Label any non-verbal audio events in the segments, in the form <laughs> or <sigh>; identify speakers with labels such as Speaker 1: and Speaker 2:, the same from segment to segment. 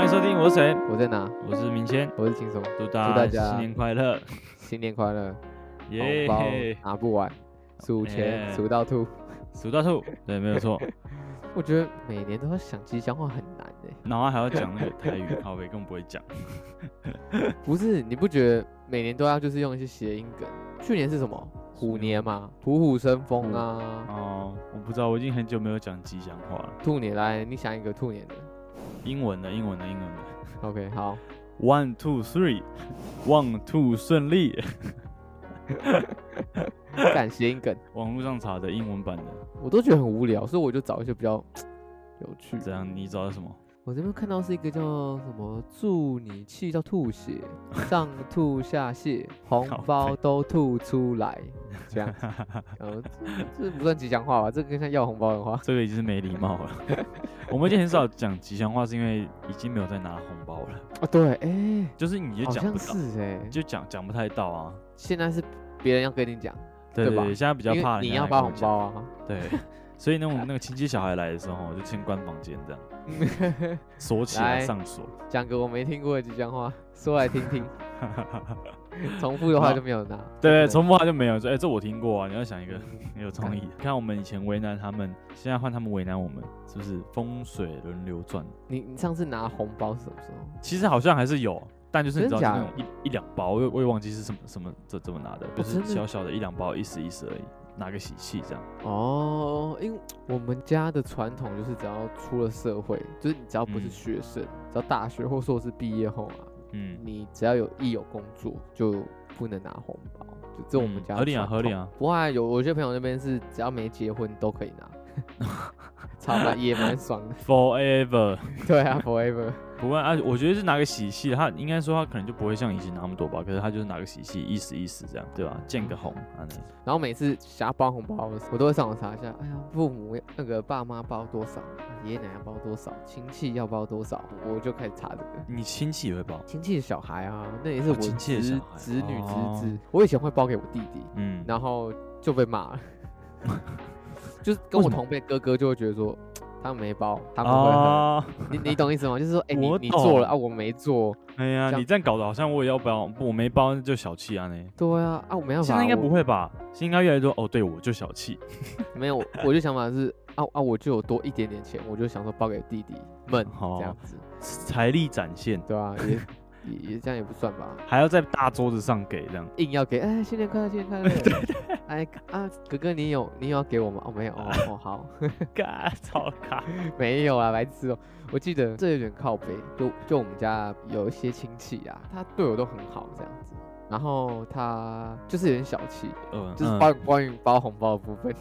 Speaker 1: 迎收听，我是谁？
Speaker 2: 我在哪？
Speaker 1: 我是明谦，
Speaker 2: 我是轻松，
Speaker 1: 祝
Speaker 2: 祝
Speaker 1: 大家
Speaker 2: 大家
Speaker 1: 新年快乐，
Speaker 2: 新年快乐！
Speaker 1: 耶、
Speaker 2: 红包拿不完，数钱
Speaker 1: 哎
Speaker 2: 数到吐。
Speaker 1: 数到吐，对，没有错。 <laughs>
Speaker 2: 我觉得每年都要想吉祥话很难欸诶，
Speaker 1: 然后还要讲那个台语，靠北更不会讲。
Speaker 2: 不是？你不觉得每年都要就是用一些谐音梗？去年是什么？虎年嘛，虎虎生风啊！
Speaker 1: 哦，我不知道，我已经很久没有讲吉祥话了。
Speaker 2: 兔年来，你想一个兔年的
Speaker 1: 英文的，英文的，英文的。
Speaker 2: ？OK，好，
Speaker 1: <laughs> One two three，one two 顺利。 <laughs>
Speaker 2: 敢谐音梗，
Speaker 1: 网络上查的英文版的，
Speaker 2: 我都觉得很无聊，所以我就找一些比较有趣。
Speaker 1: 怎样？你找的什么？
Speaker 2: 我这边看到是一个叫什么“祝你气到吐血，上吐下泻，红
Speaker 1: 靠
Speaker 2: 包
Speaker 1: 背
Speaker 2: 都吐出来”，
Speaker 1: <laughs>
Speaker 2: 这样子。呃，这这不算吉祥话吧？这个更像要红包的话。
Speaker 1: 这个已经是没礼貌
Speaker 2: <laughs>
Speaker 1: 了。我们已经很少讲吉祥话，是因为已经没有再拿红包了，
Speaker 2: 啊，对，哎、
Speaker 1: 就是你就
Speaker 2: 好
Speaker 1: 讲
Speaker 2: 像
Speaker 1: 不到，
Speaker 2: 是哎、
Speaker 1: 就讲讲不太到啊。
Speaker 2: 现在是别人要跟你讲，
Speaker 1: 对
Speaker 2: 对吧
Speaker 1: 对，现在比较
Speaker 2: 因
Speaker 1: 怕
Speaker 2: 为
Speaker 1: 人
Speaker 2: 你
Speaker 1: 家
Speaker 2: 要
Speaker 1: 来
Speaker 2: 发
Speaker 1: 跟我
Speaker 2: 红包啊。
Speaker 1: 讲。对，所以那种那个亲戚小孩来的时候，我就先关房间这样，锁起来
Speaker 2: 来
Speaker 1: 上锁。
Speaker 2: 啊 <laughs> 讲个我没听过的吉祥话，说来听
Speaker 1: <laughs>
Speaker 2: 听。重复的话就没有拿。
Speaker 1: 对，
Speaker 2: 真的
Speaker 1: 重复话就没有说，哎、这我听过啊。你要想一个有创
Speaker 2: 嗯
Speaker 1: 意。看我们以前为难他们，现在换他们为难我们，是不是风水轮流转？
Speaker 2: 你你上次拿红包是什么时候？
Speaker 1: 其实好像还是有，但就是你知道
Speaker 2: 真
Speaker 1: 是
Speaker 2: 假哦
Speaker 1: 那种一一两包，我也我也忘记是什么什么怎怎么拿的，就
Speaker 2: 真
Speaker 1: 是
Speaker 2: 的
Speaker 1: 小小的一两包，意思意思而已，拿个喜气这样。
Speaker 2: 哦，因为我们家的传统就是，只要出了社会，就是你只要不是
Speaker 1: 嗯
Speaker 2: 学生，只要大学或硕士毕业后啊，
Speaker 1: 嗯，
Speaker 2: 你只要有一有工作，就不能拿红包，就这我们
Speaker 1: 嗯
Speaker 2: 家、
Speaker 1: 合理啊，合理。啊。
Speaker 2: 不过啊有有些朋友那边是只要没结婚都可以拿，
Speaker 1: <laughs>
Speaker 2: 差不多也蛮爽的。 <laughs>
Speaker 1: Forever，
Speaker 2: 对啊，forever。
Speaker 1: 不会啊，我觉得是拿个喜气，他应该说他可能就不会像以前拿那么多吧，可是他就是拿个喜气，意思意思这样，对吧？见个红啊，那
Speaker 2: 然后每次想要包红包的时候，我都会上网查一下，哎呀，父母要那个爸妈包多少，爷爷奶奶包多少，亲戚要包多少，我就开始查这个。
Speaker 1: 你亲戚也会包，
Speaker 2: 亲戚的小孩啊，那也是
Speaker 1: 哦
Speaker 2: 我侄、
Speaker 1: 亲戚的小孩
Speaker 2: 侄女侄
Speaker 1: 哦
Speaker 2: 子。我以前会包给我弟弟，
Speaker 1: 嗯，
Speaker 2: 然后就被骂
Speaker 1: <laughs>
Speaker 2: 了，就是跟
Speaker 1: 为什
Speaker 2: 我
Speaker 1: 么
Speaker 2: 同辈哥哥就会觉得说他们没包，他们会很、
Speaker 1: 哦
Speaker 2: 你你懂意思吗？就是说，哎、你
Speaker 1: 我
Speaker 2: 你做了
Speaker 1: 懂
Speaker 2: 啊，我没做，
Speaker 1: 哎呀，
Speaker 2: 这样
Speaker 1: 你这样搞得好像我也要包，不，我没包那就小气啊呢。
Speaker 2: 对啊，啊，我没办法
Speaker 1: 现
Speaker 2: 啊，
Speaker 1: 在应该不
Speaker 2: 我
Speaker 1: 会吧？现在应该越来越多哦，对我就小
Speaker 2: <laughs>
Speaker 1: 气，
Speaker 2: 没有，我就想法是啊啊，我就有多一点点钱，我就想说包给弟弟们、
Speaker 1: 哦
Speaker 2: 这样子，
Speaker 1: 财力展现，
Speaker 2: 对啊，也
Speaker 1: <laughs>
Speaker 2: 也也这样也不算吧，
Speaker 1: 还要在大桌子上给这
Speaker 2: <laughs>
Speaker 1: 样。
Speaker 2: 硬要给，哎，新年快乐，新年
Speaker 1: <laughs>
Speaker 2: 快乐，哎啊，哥哥你有你有要给我吗？哦，没有，哦哦好。
Speaker 1: 嘎，超卡。
Speaker 2: <laughs> 没有啊，白痴哦、我记得这有点靠北，就就我们家有一些亲戚啊，他对我都很好这样子，然后他就是有点小气，
Speaker 1: 嗯，
Speaker 2: 就是
Speaker 1: 嗯
Speaker 2: 关于关于包红包的部分，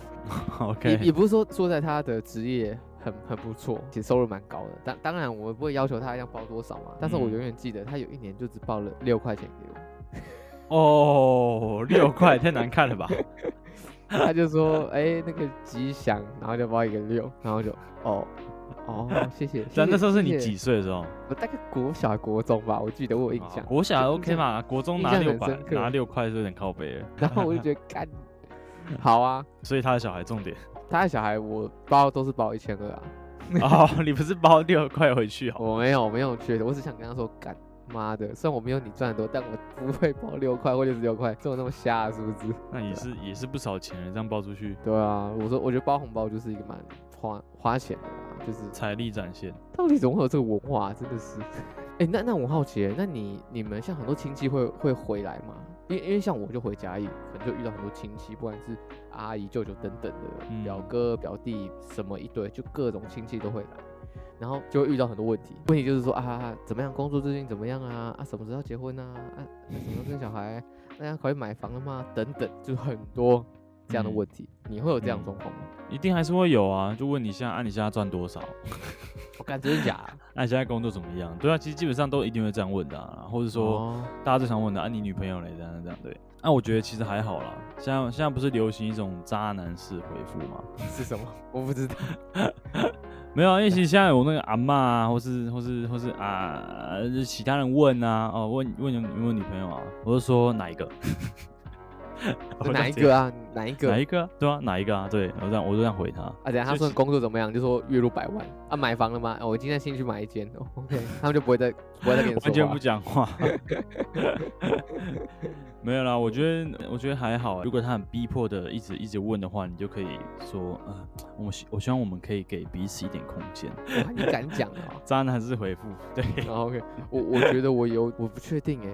Speaker 2: 也
Speaker 1: <laughs> OK，
Speaker 2: 也不是说说在他的职业很很不错，其实收入蛮高的，当当然我不会要求他一定要包多少嘛，但是我
Speaker 1: 嗯
Speaker 2: 永远记得他有一年就只包了六块钱给我，
Speaker 1: 哦，六块太难看了
Speaker 2: <laughs>
Speaker 1: 吧？
Speaker 2: 他就
Speaker 1: <laughs>
Speaker 2: 说哎、那个吉祥，然后就包一个六， <laughs> 然后就哦。哦，谢谢。谢
Speaker 1: 但那
Speaker 2: 谢
Speaker 1: 时候是你
Speaker 2: 谢谢
Speaker 1: 几岁的时候？
Speaker 2: 我大概国小还国中吧，我记得我有印象
Speaker 1: 哦。国小还
Speaker 2: 就
Speaker 1: OK
Speaker 2: 印象？
Speaker 1: 嘛，国中
Speaker 2: 印
Speaker 1: 拿
Speaker 2: 象
Speaker 1: 六
Speaker 2: 很
Speaker 1: 百
Speaker 2: 深，刻
Speaker 1: 拿六块是有点靠背了，
Speaker 2: 然后我就觉得干，好啊，
Speaker 1: 所以他的小孩重点。
Speaker 2: 他的小孩我包都是包一千二啊，
Speaker 1: 哦， <laughs> 你不是包六块回去哦？
Speaker 2: 我没有没有觉得，我只想跟他说干。妈的，虽然我没有你赚的多，但我不会包六块或六十六块，这种那么瞎的数字。
Speaker 1: 那也是也是不少钱了，这样包出去，
Speaker 2: 对啊，我说我觉得包红包就是一个蛮花花钱的啦，就是
Speaker 1: 财力展现。
Speaker 2: 到底怎么会有这个文化啊、真的是。 <laughs> 哎、那那我好奇，那你你们像很多亲戚会会回来吗？因为因为像我就回嘉义，可能就遇到很多亲戚，不管是阿姨、舅舅等等的，
Speaker 1: 嗯
Speaker 2: 表哥、表弟什么一堆，就各种亲戚都会来，然后就会遇到很多问题。问题就是说啊，怎么样工作最近怎么样啊？啊，什么时候要结婚啊？啊，什么时候生小孩？那要考虑买房了吗？等等，就很多这样的
Speaker 1: 嗯
Speaker 2: 问题。你会有这样
Speaker 1: 嗯
Speaker 2: 的状况吗？
Speaker 1: 一定还是会有啊，就问你现在，啊，你现在赚多少？ <laughs>
Speaker 2: 我感真的假的？
Speaker 1: 那、你现在工作怎么样？对啊，其实基本上都一定会这样问的、啊，或者说、
Speaker 2: 哦
Speaker 1: 大家最常问的啊，你女朋友嘞，这样这样对。那、我觉得其实还好啦，现在现在不是流行一种渣男式回复吗？
Speaker 2: 是什么？我不知道。
Speaker 1: 没有啊，因为其实现在有那个阿嬷啊，或是或是或是啊，就是其他人问啊，哦，问问有有没有女朋友啊，我就说哪一个？我
Speaker 2: 哪
Speaker 1: 就
Speaker 2: 一
Speaker 1: 直接
Speaker 2: 个啊？哪一个？
Speaker 1: 哪一个啊？对啊，哪一个啊？对，我这样我就这样回他。
Speaker 2: 啊，等一下他
Speaker 1: 就
Speaker 2: 说
Speaker 1: 是
Speaker 2: 你工作怎么样，就说月入百万啊，买房了吗？哦、我今天先去买一间、哦、，OK，他们就不会再不会再跟你
Speaker 1: <laughs> 完
Speaker 2: 说
Speaker 1: 全
Speaker 2: 话
Speaker 1: 不。讲话。没有啦，我觉得我觉得还好欸。如果他很逼迫的一直一直问的话，你就可以说，呃，我希我希望我们可以给彼此一点空间。
Speaker 2: 哇你敢讲啊、
Speaker 1: 渣男是回复， <laughs> 对，
Speaker 2: 然后 OK，我我觉得我有，我不确定哎、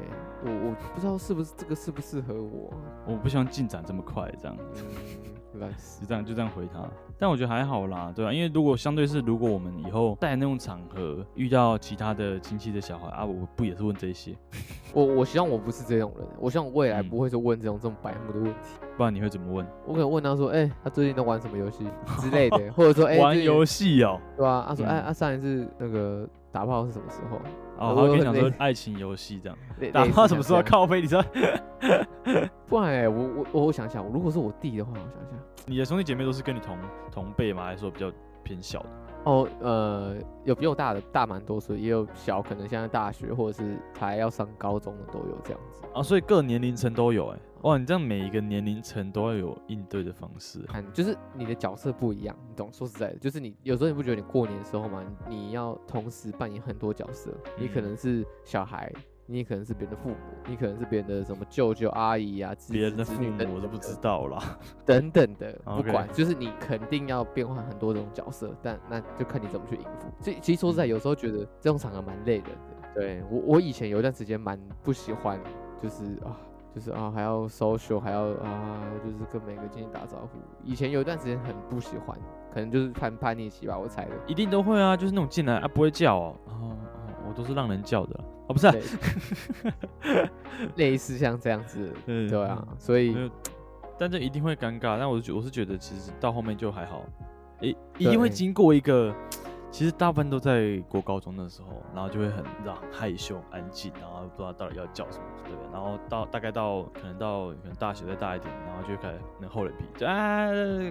Speaker 2: 我我不知道是不是这个适不适合我，
Speaker 1: 我不希望进展这么快，这样
Speaker 2: 嗯，乱死。
Speaker 1: 就这样就这样回他。但我觉得还好啦，对吧、啊因为如果相对是，如果我们以后在那种场合遇到其他的亲戚的小孩啊，我不也是问这些？
Speaker 2: 我我希望我不是这种人，我希望我未来
Speaker 1: 嗯
Speaker 2: 不会说问这种这种白目的问题。
Speaker 1: 不然你会怎么问？
Speaker 2: 我可能问他说，哎、他最近都玩什么游戏之类
Speaker 1: <laughs>
Speaker 2: 的，或者说，哎、
Speaker 1: 玩
Speaker 2: 最近
Speaker 1: 游戏哦、
Speaker 2: 对啊，他说，哎、
Speaker 1: 嗯
Speaker 2: 啊，上一次那个打炮是什么时候？
Speaker 1: 哦，
Speaker 2: 我
Speaker 1: 他跟你
Speaker 2: 我
Speaker 1: 讲
Speaker 2: 类
Speaker 1: 说
Speaker 2: 似
Speaker 1: 爱情游戏这样，
Speaker 2: 类
Speaker 1: 打炮什么时候？？
Speaker 2: 类似像
Speaker 1: 靠背，你知道？
Speaker 2: 这样不然哎、我我我想想，如果是我弟的话，我想想。
Speaker 1: 你的兄弟姐妹都是跟你同同辈吗？还是说比较偏小的？
Speaker 2: 哦，呃，有比我大的大蛮多岁，也有小，可能现在大学或者是才要上高中的都有这样子。
Speaker 1: 啊，所以各年龄层都有哎、哇，你这样每一个年龄层都要有应对的方式。
Speaker 2: 看，就是你的角色不一样，你懂？说实在的，就是你有时候你不觉得你过年的时候嘛，你要同时扮演很多角色，你可
Speaker 1: 嗯
Speaker 2: 能是小孩。你可能是别人的父母，你可能是别人的什么舅舅、阿姨啊，侄
Speaker 1: 别
Speaker 2: 子
Speaker 1: 人的
Speaker 2: 侄
Speaker 1: 父
Speaker 2: 女
Speaker 1: 母
Speaker 2: 等
Speaker 1: 我都不
Speaker 2: 等
Speaker 1: 知
Speaker 2: 的
Speaker 1: 道
Speaker 2: <laughs>
Speaker 1: 啦。
Speaker 2: 等等的，不
Speaker 1: OK
Speaker 2: 管就是你肯定要变换很多种角色，但那就看你怎么去应付。所以其实说实在，
Speaker 1: 嗯
Speaker 2: 有时候觉得这种场合蛮累人的。对我，我以前有一段时间蛮不喜欢，就是啊，就是啊，还要 social，还要啊，就是跟每个经理打招呼。以前有一段时间很不喜欢，可能就是叛叛逆期吧，我 <laughs> 猜的。
Speaker 1: 一定都会啊，就是那种进来啊不会叫哦，哦哦，我都是让人叫的啦哦，不是、啊，
Speaker 2: <laughs> 对类似像这样子，
Speaker 1: 嗯
Speaker 2: 对啊，所以
Speaker 1: 没有但这一定会尴尬。但我是觉我是觉得其实到后面就还好，诶，一定会
Speaker 2: 对
Speaker 1: 经过一个。其实大部分都在国高中的时候，然后就会很让害羞、安静，然后不知道到底要叫什么，对不对？然后到大概到可能到可能大学再大一点，然后就开始那厚脸皮，就啊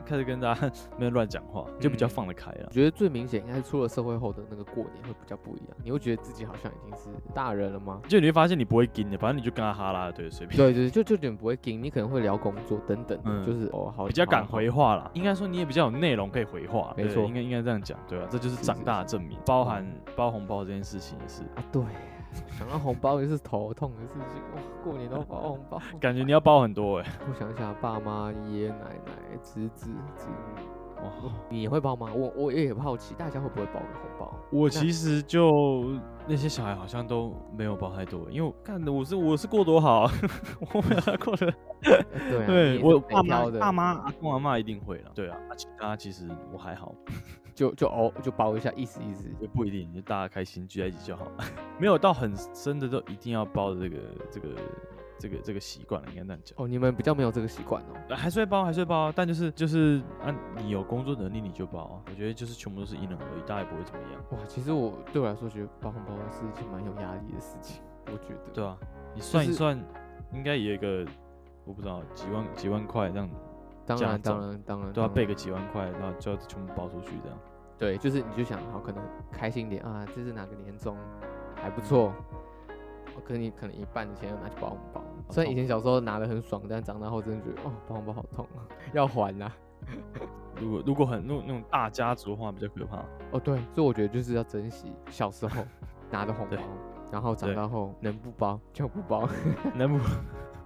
Speaker 1: 开始跟大家那边乱讲话，就比较
Speaker 2: 嗯
Speaker 1: 放得开啊了
Speaker 2: 我。觉得最明显应该是出了社会后的那个过年会比较不一样，你会觉得自己好像已经是大人了吗？
Speaker 1: 就你会发现你不会跟的，反正你就跟他哈拉，对， <laughs> 随便。
Speaker 2: 对对，就就有点不会盯，你可能会聊工作等等的，
Speaker 1: 嗯
Speaker 2: 就是哦好
Speaker 1: 比较敢回
Speaker 2: 好
Speaker 1: 话啦，哦应该说你也比较有内容可以回话，
Speaker 2: 没
Speaker 1: 对
Speaker 2: 错
Speaker 1: 应该应该这样讲，对啊吧、这就是哦
Speaker 2: 是
Speaker 1: 长
Speaker 2: 是
Speaker 1: 大的
Speaker 2: 是
Speaker 1: 证明，包含包红包这件事情也是，，
Speaker 2: 啊，对，想到红包也是头痛的事情，哇，过年都包红包
Speaker 1: <laughs> 感觉你要包很多哎、
Speaker 2: 我想一下，爸妈、爷爷奶奶、侄子侄女，
Speaker 1: 哇，
Speaker 2: 你会包吗？我我也好奇，大家会不会包个红包？ <laughs>
Speaker 1: 我
Speaker 2: 那
Speaker 1: 其实就那些小孩好像都没有包太多，欸因为我看的我是我是过多好、啊， <laughs> 我没有他过得，
Speaker 2: 呃对啊，你
Speaker 1: <laughs> 对
Speaker 2: 也是
Speaker 1: 我
Speaker 2: 北
Speaker 1: 爸妈
Speaker 2: 漂的
Speaker 1: 爸妈阿公阿妈一定会了，对啊，那其他其实我还好，
Speaker 2: 就就哦就包一下，意思意思。
Speaker 1: 也不一定，就大家开心聚在一起就好， <laughs> 没有到很深的都一定要包的这个这个这个这个习惯了，应该这样讲。
Speaker 2: 哦，你们比较没有这个习惯哦。
Speaker 1: 还是会包，还是会包啊，但就是就是啊，你有工作能力你就包啊。我觉得就是全部都是因人而异，大家也不会怎么样，
Speaker 2: 哇，其实我对我来说，觉得包红包是一件蛮有压力的事情。我觉得，
Speaker 1: 对啊，你算一
Speaker 2: 是
Speaker 1: 算，应该也有一个我不知道几万几万块这样，
Speaker 2: 当
Speaker 1: 家
Speaker 2: 然，当
Speaker 1: 长
Speaker 2: 然，当然，
Speaker 1: 都要
Speaker 2: 当
Speaker 1: 备
Speaker 2: 然
Speaker 1: 个几万块，然后就要全部包出去这样。
Speaker 2: 对，就是你就想好，可能开心一点啊，这是哪个年终还不错，我可能你可能一半的钱要拿去包红包。虽然以前小时候拿的很爽，但长大后真的觉得哦，包红包好痛啊， <laughs> 要还呐、
Speaker 1: 如果如果很那种那种大家族的话比较可
Speaker 2: <laughs>
Speaker 1: 怕，
Speaker 2: 哦，对，所以我觉得就是要珍惜小时候 <laughs> 拿的红包
Speaker 1: 对，
Speaker 2: 然后长
Speaker 1: 对
Speaker 2: 大后能不包就不包。
Speaker 1: 那不，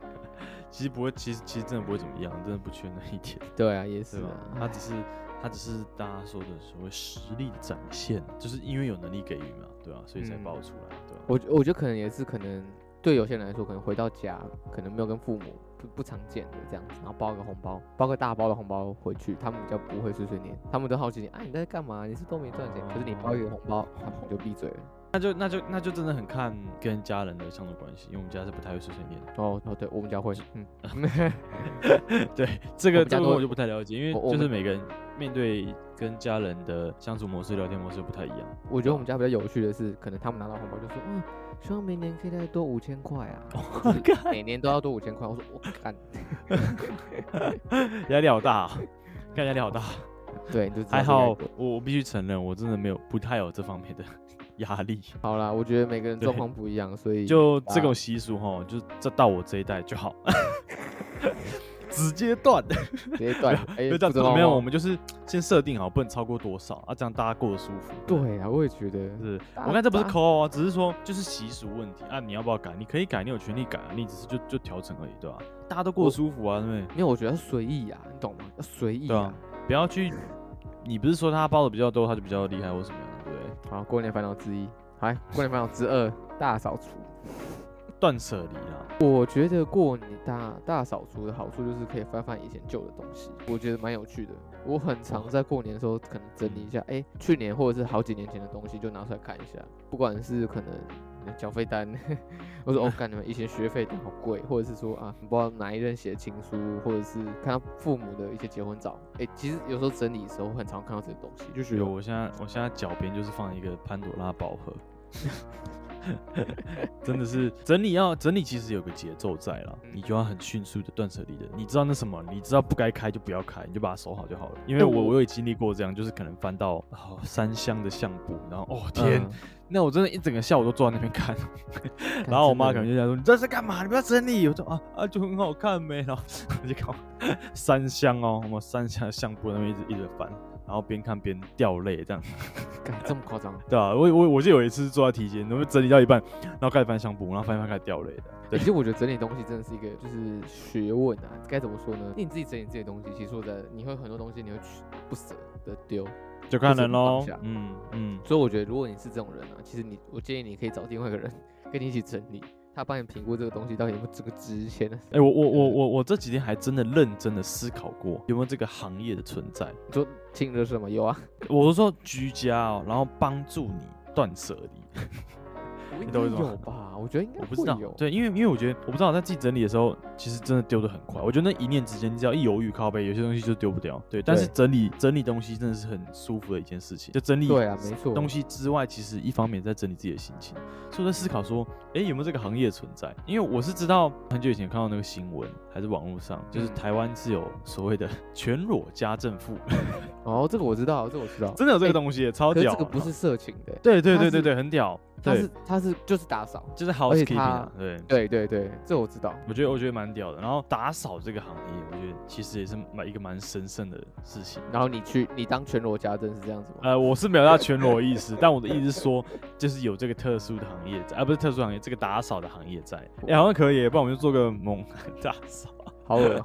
Speaker 1: <laughs> 其实不会，其实其实真的不会怎么样，真的不缺那一点，
Speaker 2: <laughs> 对啊，也是
Speaker 1: 对吧
Speaker 2: 啊？。
Speaker 1: 他
Speaker 2: 哎
Speaker 1: 只是他只是大家说的所谓实力的展现，就是因为有能力给予嘛，对吧、啊所以才
Speaker 2: 嗯
Speaker 1: 包出来，对吧、啊
Speaker 2: 我觉我觉得可能也是可能对有些人来说，可能回到家可能没有跟父母不不常见的这样子，然后包个红包，包个大包的红包回去，他们比较不会碎碎念，他们都好奇你啊你在干嘛？你是不是都没赚钱，可是你包一个红包，他们就闭嘴了。
Speaker 1: 那就那就那就真的很看跟家人的相处关系，因为我们家是不太会碎碎念
Speaker 2: <laughs>
Speaker 1: 的。
Speaker 2: 哦哦，对我们家会，嗯， <laughs>
Speaker 1: 对，这
Speaker 2: 我
Speaker 1: 个
Speaker 2: 们家
Speaker 1: 这个
Speaker 2: 都
Speaker 1: 我就不太了解，因
Speaker 2: 我我
Speaker 1: 为就
Speaker 2: 们
Speaker 1: 是每个人面对跟家人的相处模式、聊天模式不太一样。 <laughs>
Speaker 2: 我觉得我们家比较有趣的是，可能他们拿到红包就说，嗯，希望明年可以再多五千块啊，
Speaker 1: 哦
Speaker 2: 就是每年都要多五千块。我说我
Speaker 1: <laughs>
Speaker 2: 干，
Speaker 1: 压力好大、
Speaker 2: <laughs>
Speaker 1: 啊，看压力好大。
Speaker 2: 对，你就知道
Speaker 1: 还
Speaker 2: 这个
Speaker 1: 好
Speaker 2: 人，
Speaker 1: 我我必须承认，我真的没有不太有这方面的 <laughs>
Speaker 2: <laughs>
Speaker 1: 压力。
Speaker 2: 好啦，我觉得每个人状
Speaker 1: 对
Speaker 2: 况不一样，所以
Speaker 1: 就这
Speaker 2: 啊
Speaker 1: 种习俗哈，就这到我这一代就好。 <laughs> 直接断。
Speaker 2: 直接
Speaker 1: <laughs>
Speaker 2: 断。哎，
Speaker 1: 就这样
Speaker 2: 不知
Speaker 1: 子
Speaker 2: 道
Speaker 1: 没有，我
Speaker 2: 吗
Speaker 1: 们就是先设定好，不能超过多少啊，这样大家过得舒服。
Speaker 2: 对啊，我也觉得
Speaker 1: 是，
Speaker 2: 大
Speaker 1: 我看这不是
Speaker 2: 大
Speaker 1: 抠哦，只是说就是习俗问题啊，你要不要改？你可以改，你有权利改啊，你只是就就调整而已，对吧、大家都过
Speaker 2: 我
Speaker 1: 得舒服啊，对不
Speaker 2: 没有，我觉得要随意啊，你懂吗？要随意
Speaker 1: 对啊
Speaker 2: 啊。
Speaker 1: 对？不要去，你不是说他包的比较多，他就比较厉害或什么样的，对不对？
Speaker 2: 好，过年烦恼之一，好来，过年烦恼之二，大扫除。
Speaker 1: 断舍离啦，
Speaker 2: 我觉得过年大大扫除的好处就是可以翻翻以前旧的东西，我觉得蛮有趣的。我很常在过年的时候可能整理一下，哎、去年或者是好几年前的东西就拿出来看一下，不管是可能你的缴费单， <laughs> 我说哦，看你们以前学费单好贵，或者是说啊，不知道哪一任写的情书，或者是看到父母的一些结婚照，哎、其实有时候整理的时候很常看到这些东西，就觉
Speaker 1: 有，
Speaker 2: 得
Speaker 1: 我现在我现在脚边就是放一个潘朵拉宝盒， <laughs> 真的是整理要整理，其实有个节奏在啦，你就要很迅速的断舍离的。你知道那什么，你知道不该开就不要开，你就把它收好就好了。因为
Speaker 2: 但
Speaker 1: 我
Speaker 2: 哎我
Speaker 1: 我有经历过这样，就是可能翻到哦三箱的相簿，然后哦天，
Speaker 2: 嗯
Speaker 1: 那我真的一整个下午都坐在那边看，
Speaker 2: 看
Speaker 1: 然后我
Speaker 2: 嗯真的
Speaker 1: 妈可能就在说你这是干嘛？你不要整理。我说啊啊就很好看呗，然后我就看我 <laughs> 三箱哦，我们三箱的相簿那边一直一直翻。然后边看边掉泪，这样
Speaker 2: 干这么夸张，
Speaker 1: 对啊，我我我记得有一次是坐在梯间，然后整理到一半，然后开始翻相簿，然后翻一翻开始掉泪的。对
Speaker 2: 其实我觉得整理东西真的是一个就是学问啊，该怎么说呢？你自己整理自己的东西，其实说真的，你会很多东西你会去不舍得丢，
Speaker 1: 就看
Speaker 2: 就是
Speaker 1: 人
Speaker 2: 你放
Speaker 1: 喽
Speaker 2: 下。
Speaker 1: 嗯嗯，
Speaker 2: 所以我觉得如果你是这种人啊，其实你我建议你可以找另外一个人跟你一起整理，他帮你评估这个东西到底有没有这个值钱的。
Speaker 1: 哎、我我我我我这几天还真的认真的思考过，有没有这个行业的存在。
Speaker 2: 你说清热什么？有啊，
Speaker 1: 我是说居家哦，然后帮助你断舍离。
Speaker 2: 我应
Speaker 1: 懂我意思
Speaker 2: 该
Speaker 1: 吗
Speaker 2: 有吧？我觉得应该
Speaker 1: 我不知道
Speaker 2: 会哦有，。
Speaker 1: 对，因为因为我觉得我不知道在自己整理的时候，其实真的丢的很快。我觉得那一念之间，你只要一犹豫靠背，有些东西就丢不掉。对，但是
Speaker 2: 对
Speaker 1: 整理整理东西真的是很舒服的一件事情。就整理
Speaker 2: 对啊，没错。
Speaker 1: 东西之外，其实一方面在整理自己的心情，所以我在思考说，诶，有没有这个行业存在？因为我是知道很久以前看到那个新闻，还是网络上，就是
Speaker 2: 嗯
Speaker 1: 台湾是有所谓的全裸家政妇， <laughs>
Speaker 2: 哦，这个我知道，这个我知道。
Speaker 1: 真的有这个
Speaker 2: 诶
Speaker 1: 东西耶，超
Speaker 2: 可是
Speaker 1: 屌。啊
Speaker 2: 这个不是，色情的，
Speaker 1: 对对
Speaker 2: 它
Speaker 1: 对对
Speaker 2: 是
Speaker 1: 对，很屌，
Speaker 2: 它
Speaker 1: 对
Speaker 2: 是，它是就是打扫。
Speaker 1: 就是
Speaker 2: 且
Speaker 1: housekeeping，、啊
Speaker 2: 它、
Speaker 1: 对。
Speaker 2: 对对对，这我知道。
Speaker 1: 我觉得我觉得蛮屌的，然后打扫这个行业，我觉得其实也是蛮一个蛮神圣的事情。
Speaker 2: 然后你去你当全裸家政是这样子吗？
Speaker 1: 呃，我是没有要全裸意思，但我的意思是说，就是有这个特殊的行业在，而、不是特殊行业，这个打扫的行业在，哎、好像可以耶，不然我们就做个猛男打扫。
Speaker 2: 好恶、哦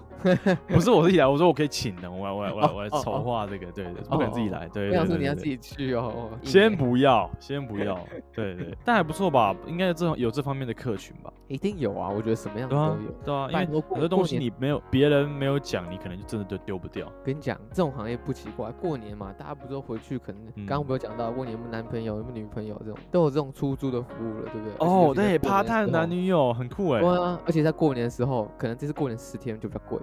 Speaker 1: 不是我自己来，我说我可以请人，我来我来我来我来
Speaker 2: 哦哦
Speaker 1: 筹划这个，对对，不可能自己来，对
Speaker 2: 我
Speaker 1: 对
Speaker 2: 想说
Speaker 1: 对
Speaker 2: 你要
Speaker 1: 对
Speaker 2: 自
Speaker 1: 对。
Speaker 2: 己去哦。哦
Speaker 1: 先，不要，先不要，对对，但还不错吧，应该有这种有这方面的客群吧，
Speaker 2: 一定有啊！我觉得什么样子
Speaker 1: 对
Speaker 2: 都
Speaker 1: 啊
Speaker 2: 有。，
Speaker 1: 对啊，因
Speaker 2: 拜
Speaker 1: 为
Speaker 2: 托
Speaker 1: 很
Speaker 2: 过
Speaker 1: 多东
Speaker 2: 过
Speaker 1: 西
Speaker 2: 年
Speaker 1: 你没有别人没有讲，你可能就真的就丢不掉。
Speaker 2: 跟你讲，这种行业不奇怪，过年嘛，大家不都回去？可能
Speaker 1: 嗯
Speaker 2: 刚刚不有讲到，过年有没有男朋友，有没有女朋友这种，都有这种出租的服务了，对不对？
Speaker 1: 哦，
Speaker 2: 而且尤
Speaker 1: 对，
Speaker 2: 其在过
Speaker 1: 趴
Speaker 2: 年的
Speaker 1: 探
Speaker 2: 时
Speaker 1: 男
Speaker 2: 候。
Speaker 1: 女友很酷哎，
Speaker 2: 对啊，而且在过年的时候，可能这次过年十天就比较
Speaker 1: <laughs>
Speaker 2: 贵，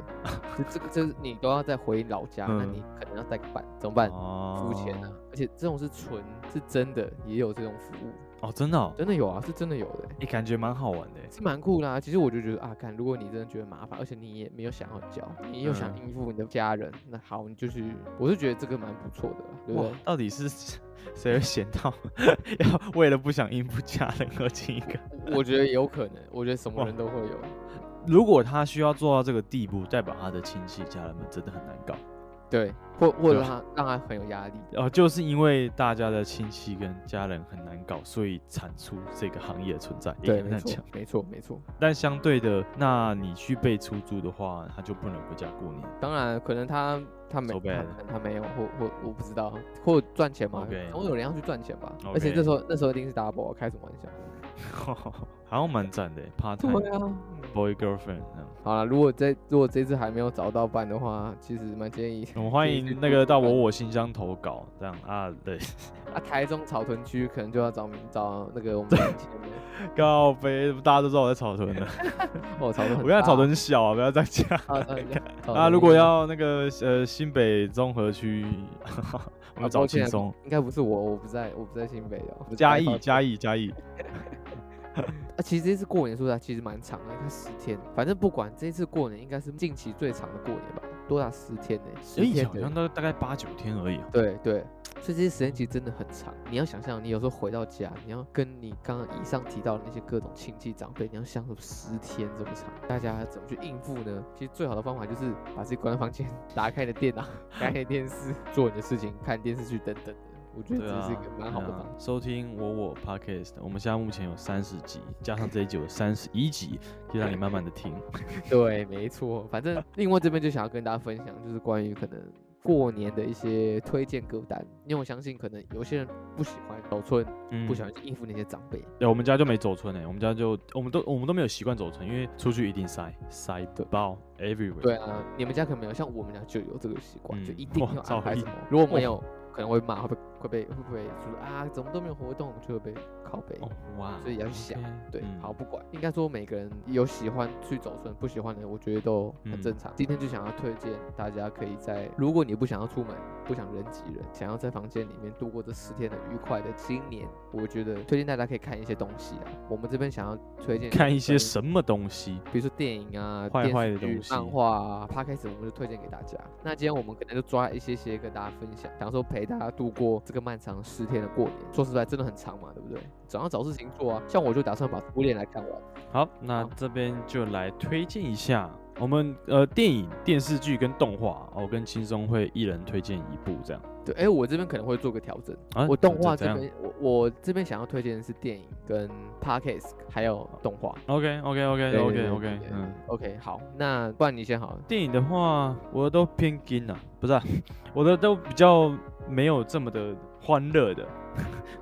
Speaker 2: 就这个就是你都要再回老家，那
Speaker 1: 嗯
Speaker 2: 你可能要带个伴，怎么办？
Speaker 1: 哦
Speaker 2: 付钱啊！而且这种是纯是真的，也有这种服务，
Speaker 1: 哦，真的、哦，
Speaker 2: 真的有啊，是真的有的欸、
Speaker 1: 你、感觉蛮好玩的耶。欸
Speaker 2: 是蛮酷啦、其实我就觉得啊，看如果你真的觉得麻烦，而且你也没有想要交，你又想
Speaker 1: 嗯
Speaker 2: 应付你的家人，那好，你就去。我是觉得这个蛮不错的啦，对不
Speaker 1: 哇
Speaker 2: 对？，
Speaker 1: 到底是谁 <laughs> 会闲到 <laughs> 要为了不想应付家人而请一个？
Speaker 2: 我我觉得有可能，我觉得什么
Speaker 1: 哇
Speaker 2: 人都会有。
Speaker 1: 如果他需要做到这个地步，代表他的亲戚家人们真的很难搞。
Speaker 2: 对，或或者
Speaker 1: 对啊
Speaker 2: 让他让他很有压力。
Speaker 1: 哦、就是因为大家的亲戚跟家人很难搞，所以产出这个行业的存在。也
Speaker 2: 对，
Speaker 1: 可以这
Speaker 2: 没
Speaker 1: 样
Speaker 2: 错
Speaker 1: 讲。，
Speaker 2: 没错，没错。
Speaker 1: 但相对的，那你去被出租的话，他就不能回家过年。 <laughs>
Speaker 2: 当然，可能他他没
Speaker 1: 筹备
Speaker 2: 他
Speaker 1: 了
Speaker 2: 他没有，或或我不知道，或赚钱嘛
Speaker 1: OK
Speaker 2: 总有人要去赚钱吧。而且这时候那时候一定是 double，开什啊么玩笑？
Speaker 1: 好像蛮赞的，part time
Speaker 2: 啊。
Speaker 1: boy girlfriend 这样。
Speaker 2: 好了，如果这如果这次还没有找到伴的话，其实蛮建议
Speaker 1: 我们欢
Speaker 2: 可以去
Speaker 1: 迎
Speaker 2: 做
Speaker 1: 那
Speaker 2: 做
Speaker 1: 个到
Speaker 2: 看
Speaker 1: 我我信箱投稿这样啊，对。 <laughs>
Speaker 2: 啊，台中草屯区可能就要找民找那
Speaker 1: <laughs>
Speaker 2: 个我们以前的
Speaker 1: 告别，大家都知道我在草屯的，
Speaker 2: 哦，草屯很大，
Speaker 1: 我看草屯小 <laughs> 啊，不要这样
Speaker 2: <laughs>
Speaker 1: 讲。
Speaker 2: 啊，
Speaker 1: <laughs>
Speaker 2: 草屯草
Speaker 1: 啊，
Speaker 2: 屯
Speaker 1: 如果
Speaker 2: 很大
Speaker 1: 要那个呃新北综合区， <laughs> 我们
Speaker 2: 啊
Speaker 1: 找
Speaker 2: 抱
Speaker 1: 轻
Speaker 2: 歉
Speaker 1: 松。
Speaker 2: 应该不是我，我不在，我不在新北哦，
Speaker 1: 嘉
Speaker 2: 我
Speaker 1: 义，
Speaker 2: 在
Speaker 1: 嘉义，嘉义，
Speaker 2: 啊，其实这次过年说实在，其实蛮长的，你看十天，反正不管这次过年应该是近期最长的过年吧，多达十天呢、十
Speaker 1: 我以前
Speaker 2: 天
Speaker 1: 哎好
Speaker 2: 的
Speaker 1: 像都大概八九天而已、啊。
Speaker 2: 对对，所以这些时间其实真的很长。你要想象，你有时候回到家，你要跟你刚刚以上提到的那些各种亲戚长辈，你要相处十天这么长，大家怎么去应付呢？其实最好的方法就是把自己关到房间，打开你的电脑，打开你的电视，做你的事情，看电视剧等等的。我觉得
Speaker 1: 对
Speaker 2: 这
Speaker 1: 啊
Speaker 2: 是一个，蛮好的
Speaker 1: 对啊
Speaker 2: 方法。
Speaker 1: 收听我我 podcast，我们现在目前有三十集，加上这一集有三十一集，就让你慢慢的
Speaker 2: <laughs>
Speaker 1: 听。
Speaker 2: 对，没错。反正另外这边就想要跟大家分享，就是关于可能过年的一些推荐歌单，因为我相信可能有些人不喜欢走村，
Speaker 1: 嗯
Speaker 2: 不喜欢去应付那些长辈。
Speaker 1: 哎、我们家就没走村哎、我们家就我们都我们都没有习惯走村，因为出去一定塞塞
Speaker 2: 对
Speaker 1: 爆 everywhere。
Speaker 2: 对啊，你们家可能没有，像我们家就有这个习惯，就
Speaker 1: 嗯
Speaker 2: 一定
Speaker 1: 哇
Speaker 2: 要
Speaker 1: 超
Speaker 2: 安排
Speaker 1: 厉
Speaker 2: 什么。如果
Speaker 1: 哇
Speaker 2: 没有，可能会骂，会被会被会不会就是啊，怎么都没有活动，就会被拷贝。
Speaker 1: 哦哇，
Speaker 2: 所以要去想
Speaker 1: OK，
Speaker 2: 对，
Speaker 1: 嗯
Speaker 2: 好，不管，应该说每个人有喜欢去走村，不喜欢的，我觉得都
Speaker 1: 嗯
Speaker 2: 很正常。今天就想要推荐大家可以在，如果你不想要出门，不想人挤人，想要在房间里面度过这十天的愉快的新年，我觉得推荐大家可以看一些东西啊。我们这边想要推荐
Speaker 1: 看一些
Speaker 2: 跟
Speaker 1: 什么东西？
Speaker 2: 比如说电影啊、
Speaker 1: 坏
Speaker 2: 电
Speaker 1: 坏
Speaker 2: 视
Speaker 1: 的
Speaker 2: 剧
Speaker 1: 东
Speaker 2: 漫
Speaker 1: 西
Speaker 2: 画啊 p 开始我们就推荐给大家。那今天我们可能就抓一些些跟大家分享，想说陪大家度过这个漫长十天的过年。说实在，真的很长嘛，对不对？总要找事情做啊。像我就打算把《初恋》来看完。
Speaker 1: 好，那
Speaker 2: 好
Speaker 1: 这边就来推荐一下我们呃电影、电视剧跟动画，我、哦、跟轻松会一人推荐一部这样。
Speaker 2: 对，哎，我这边可能会做个调整。
Speaker 1: 啊
Speaker 2: 我动画
Speaker 1: 怎
Speaker 2: 这
Speaker 1: 样
Speaker 2: 边，我我这边想要推荐的是电影跟 podcast，还有动画。
Speaker 1: ？OK OK OK
Speaker 2: 对
Speaker 1: 哎 OK
Speaker 2: 对
Speaker 1: OK，
Speaker 2: 对
Speaker 1: 嗯，
Speaker 2: OK，好，那不然你先好了。
Speaker 1: 电影的话，我的都偏金啊，不是、啊， <laughs> 我的都比较没有这么的欢乐的，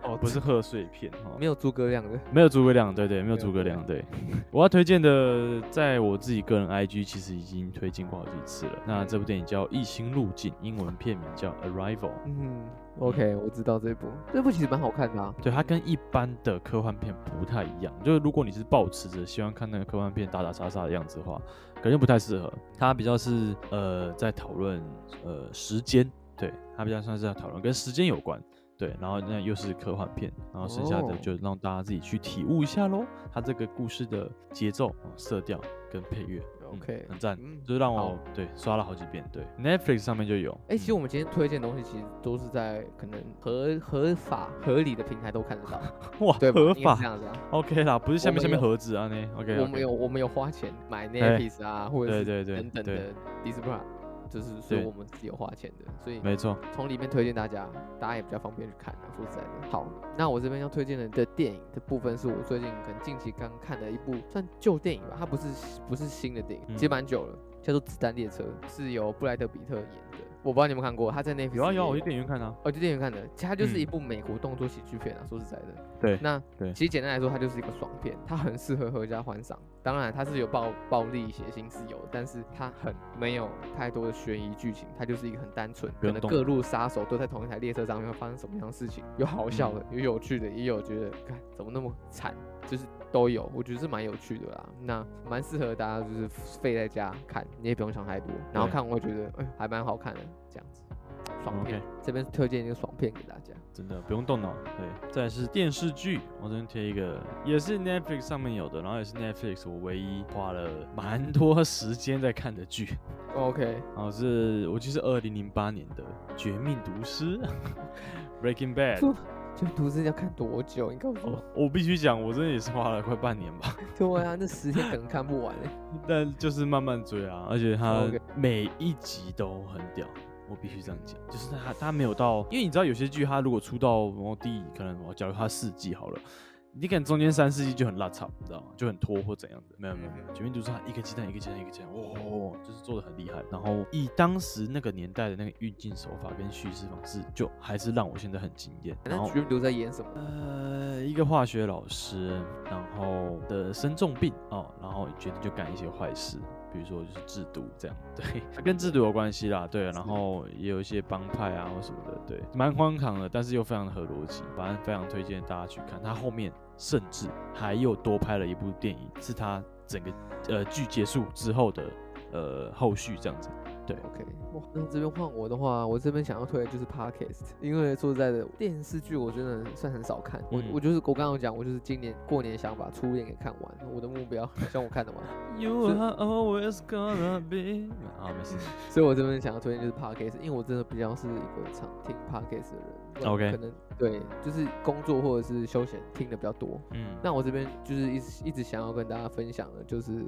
Speaker 2: 哦
Speaker 1: <laughs> 不是贺岁片哈。
Speaker 2: 没有诸葛亮的，
Speaker 1: 没有诸葛亮，对对，没有
Speaker 2: 没有
Speaker 1: 诸葛
Speaker 2: 诸葛
Speaker 1: 亮，对。 <laughs> 我要推荐的，在我自己个人 IG 其实已经推荐过好几次了。那这部电影叫《异星路径》，英文片名叫《Arrival》。
Speaker 2: 嗯，OK，我知道这部，这部其实蛮好看的啊。
Speaker 1: 对，它跟一般的科幻片不太一样。就是如果你是抱持着希望看那个科幻片打打杀杀的样子的话，感觉不太适合。它比较是呃在讨论呃时间，对，它比较算是在讨论跟时间有关。对，然后那又是科幻片，然后剩下的
Speaker 2: 哦
Speaker 1: 就让大家自己去体悟一下喽。它这个故事的节奏、哦色调跟配乐嗯
Speaker 2: OK，
Speaker 1: 很赞，
Speaker 2: 嗯
Speaker 1: 就是让
Speaker 2: 好
Speaker 1: 我对刷了好几遍。对，Netflix 上面就有。
Speaker 2: 哎、其实我们今天推荐的东西，其实都是在可能合合法合理的平台都看
Speaker 1: <laughs>
Speaker 2: 得到，
Speaker 1: 哇，
Speaker 2: 对吧
Speaker 1: 合
Speaker 2: 应该是
Speaker 1: 法
Speaker 2: 这样子啊。
Speaker 1: OK 啦，不是下
Speaker 2: 我
Speaker 1: 面
Speaker 2: 们
Speaker 1: 下面
Speaker 2: 有
Speaker 1: 盒子啊呢。OK，
Speaker 2: 我们有我们有花钱买 Netflix 啊，或者
Speaker 1: 哎对对
Speaker 2: 是
Speaker 1: 对
Speaker 2: 等等
Speaker 1: 对
Speaker 2: 的 Disney，Plus，就是所以
Speaker 1: 对
Speaker 2: 我们自己有花钱的，所以
Speaker 1: 没错。
Speaker 2: 从里面推荐大家，大家也比较方便去看啊。说实在的，好，那我这边要推荐的的电影的部分，是我最近可能近期刚看的一部算旧电影吧，它不是不是新的电影，
Speaker 1: 嗯
Speaker 2: 其实蛮久了，叫做《子弹列车》，是由布莱德比特演的。我不知道你们看过，他在 Netflix
Speaker 1: 有啊有啊，
Speaker 2: 也
Speaker 1: 我去电影院看啊。
Speaker 2: 哦，就电影院看的，其实它就是一
Speaker 1: 嗯
Speaker 2: 部美国动作喜剧片啊。说实在的，
Speaker 1: 对
Speaker 2: 那
Speaker 1: 对
Speaker 2: 其实简单来说，它就是一个爽片，它很适合合家观赏。当然，它是有暴暴力、血腥是有，但是它很没有太多的悬疑剧情，它就是一个很单纯，
Speaker 1: 不
Speaker 2: 可
Speaker 1: 用
Speaker 2: 能
Speaker 1: 动
Speaker 2: 各路杀手都在同一台列车上面会发生什么样的事情，有好笑的，
Speaker 1: 嗯
Speaker 2: 有有趣的，也有觉得看怎么那么惨，就是都有，我觉得是蛮有趣的啦。那蛮适合大家就是废在家看，你也不用想太多，然后
Speaker 1: 对
Speaker 2: 看我会觉得哎、还蛮好看的这样子。爽片
Speaker 1: OK
Speaker 2: 这边推荐一个爽片给大家。
Speaker 1: 真的不用动脑。对，再来是电视剧，我这边贴一个，也是 Netflix 上面有的，然后也是 Netflix 我唯一花了蛮多时间在看的剧，
Speaker 2: OK，。
Speaker 1: 然后是我记得是二零零八年的《绝命毒师》（Breaking <laughs> Bad）
Speaker 2: 就独自要看多久？你告诉
Speaker 1: 哦
Speaker 2: 我。，
Speaker 1: 我必须讲，我真的也是花了快半年吧，
Speaker 2: <laughs> 对啊，那十天可能看不完
Speaker 1: <laughs>
Speaker 2: 欸
Speaker 1: 但就是慢慢追啊，而且它
Speaker 2: OK
Speaker 1: 每一集都很屌，我必须这样讲，就是它它没有到，因为你知道有些剧它如果出到然后第可能我假如它四季好了，你可能中间三四季就很拉差，你知道吗？就很拖或怎样的，没有没有没有，绝命毒师它一个鸡蛋一个鸡蛋一个鸡蛋，哇、就是做的很厉害。然后以当时那个年代的那个运镜手法跟叙事方式，就还是让我现在很惊艳。然
Speaker 2: 那
Speaker 1: 后
Speaker 2: d r e a 在演什么？
Speaker 1: 呃，一个化学老师，然后的生重病哦，然后决定就干一些坏事，比如说就是制毒这 <laughs> 样，对，它跟制毒有关系啦，对，然后也有一些帮派啊或什么的，对，蛮荒唐的，但是又非常的合逻辑，反正非常推荐大家去看。它后面甚至还又多拍了一部电影，是它整个呃剧结束之后的呃后续这样子，对
Speaker 2: ，OK，哇，那这边换我的话，我这边想要推的就是 Podcast，因为说实在的，电视剧我真的算很少看，我
Speaker 1: 嗯
Speaker 2: 我就是我刚刚有讲，我就是今年过年想把初恋给看完，我的目标，希望我看得完， <laughs>
Speaker 1: You
Speaker 2: 是
Speaker 1: are always 呃 gonna be 啊，没事。
Speaker 2: 所以我这边想要推荐就是 Podcast，因为我真的比较是一个常听 Podcast 的人那
Speaker 1: OK
Speaker 2: 可能对，就是工作或者是休闲听的比较多，
Speaker 1: 嗯，
Speaker 2: 那我这边就是一直一直想要跟大家分享的，就是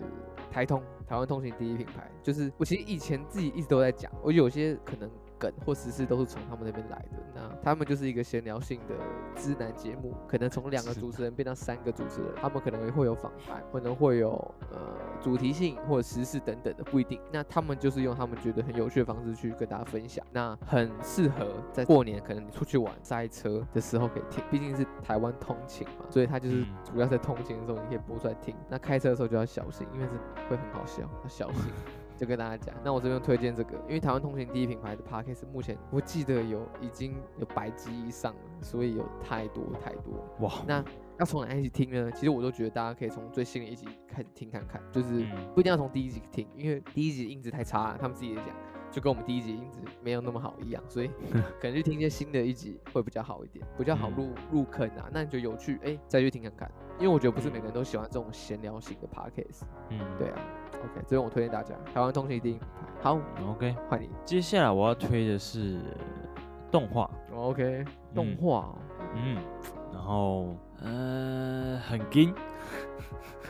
Speaker 2: 台通台湾通行第一品牌，就是我其实以前自己一直都在讲，我有些可能梗或实事都是从他们那边来的。那他们就是一个闲聊性的知男节目，可能从两个
Speaker 1: 知
Speaker 2: 主持人变到三个主持人，他们可能会有访谈，可能会有呃主题性或者时事等等的，不一定。那他们就是用他们觉得很有趣的方式去跟大家分享，那很适合在过年可能你出去玩塞车的时候可以听，毕竟是台湾通勤嘛，所以它就是
Speaker 1: 嗯
Speaker 2: 主要在通勤的时候你可以播出来听。那开车的时候就要小心，因为是会很好笑，要小心。就跟大家讲，那我这边推荐这个，因为台湾通勤第一品牌的 podcast 目前我记得有已经有百集以上了，所以有太多太多了。
Speaker 1: 哇，
Speaker 2: 那要从哪一集听呢？其实我都觉得大家可以从最新的一集开始听看看，就是
Speaker 1: 嗯
Speaker 2: 不一定要从第一集听，因为第一集音质太差了，他们自己也讲，就跟我们第一集音质没有那么好一样，所以可能去听一些新的一集会比较好一点，比较好
Speaker 1: 嗯
Speaker 2: 入入坑啊。那你就有趣，哎、再去听看看，因为我觉得不是每个人都喜欢这种闲聊型的 podcast。
Speaker 1: 嗯，
Speaker 2: 对啊，OK，这边我推荐大家台湾通勤第一品牌。好，
Speaker 1: 嗯，OK。
Speaker 2: 换你。
Speaker 1: 接下来我要推的是动画，
Speaker 2: OK，动
Speaker 1: 嗯
Speaker 2: 画哦、
Speaker 1: 嗯，然后呃很硬，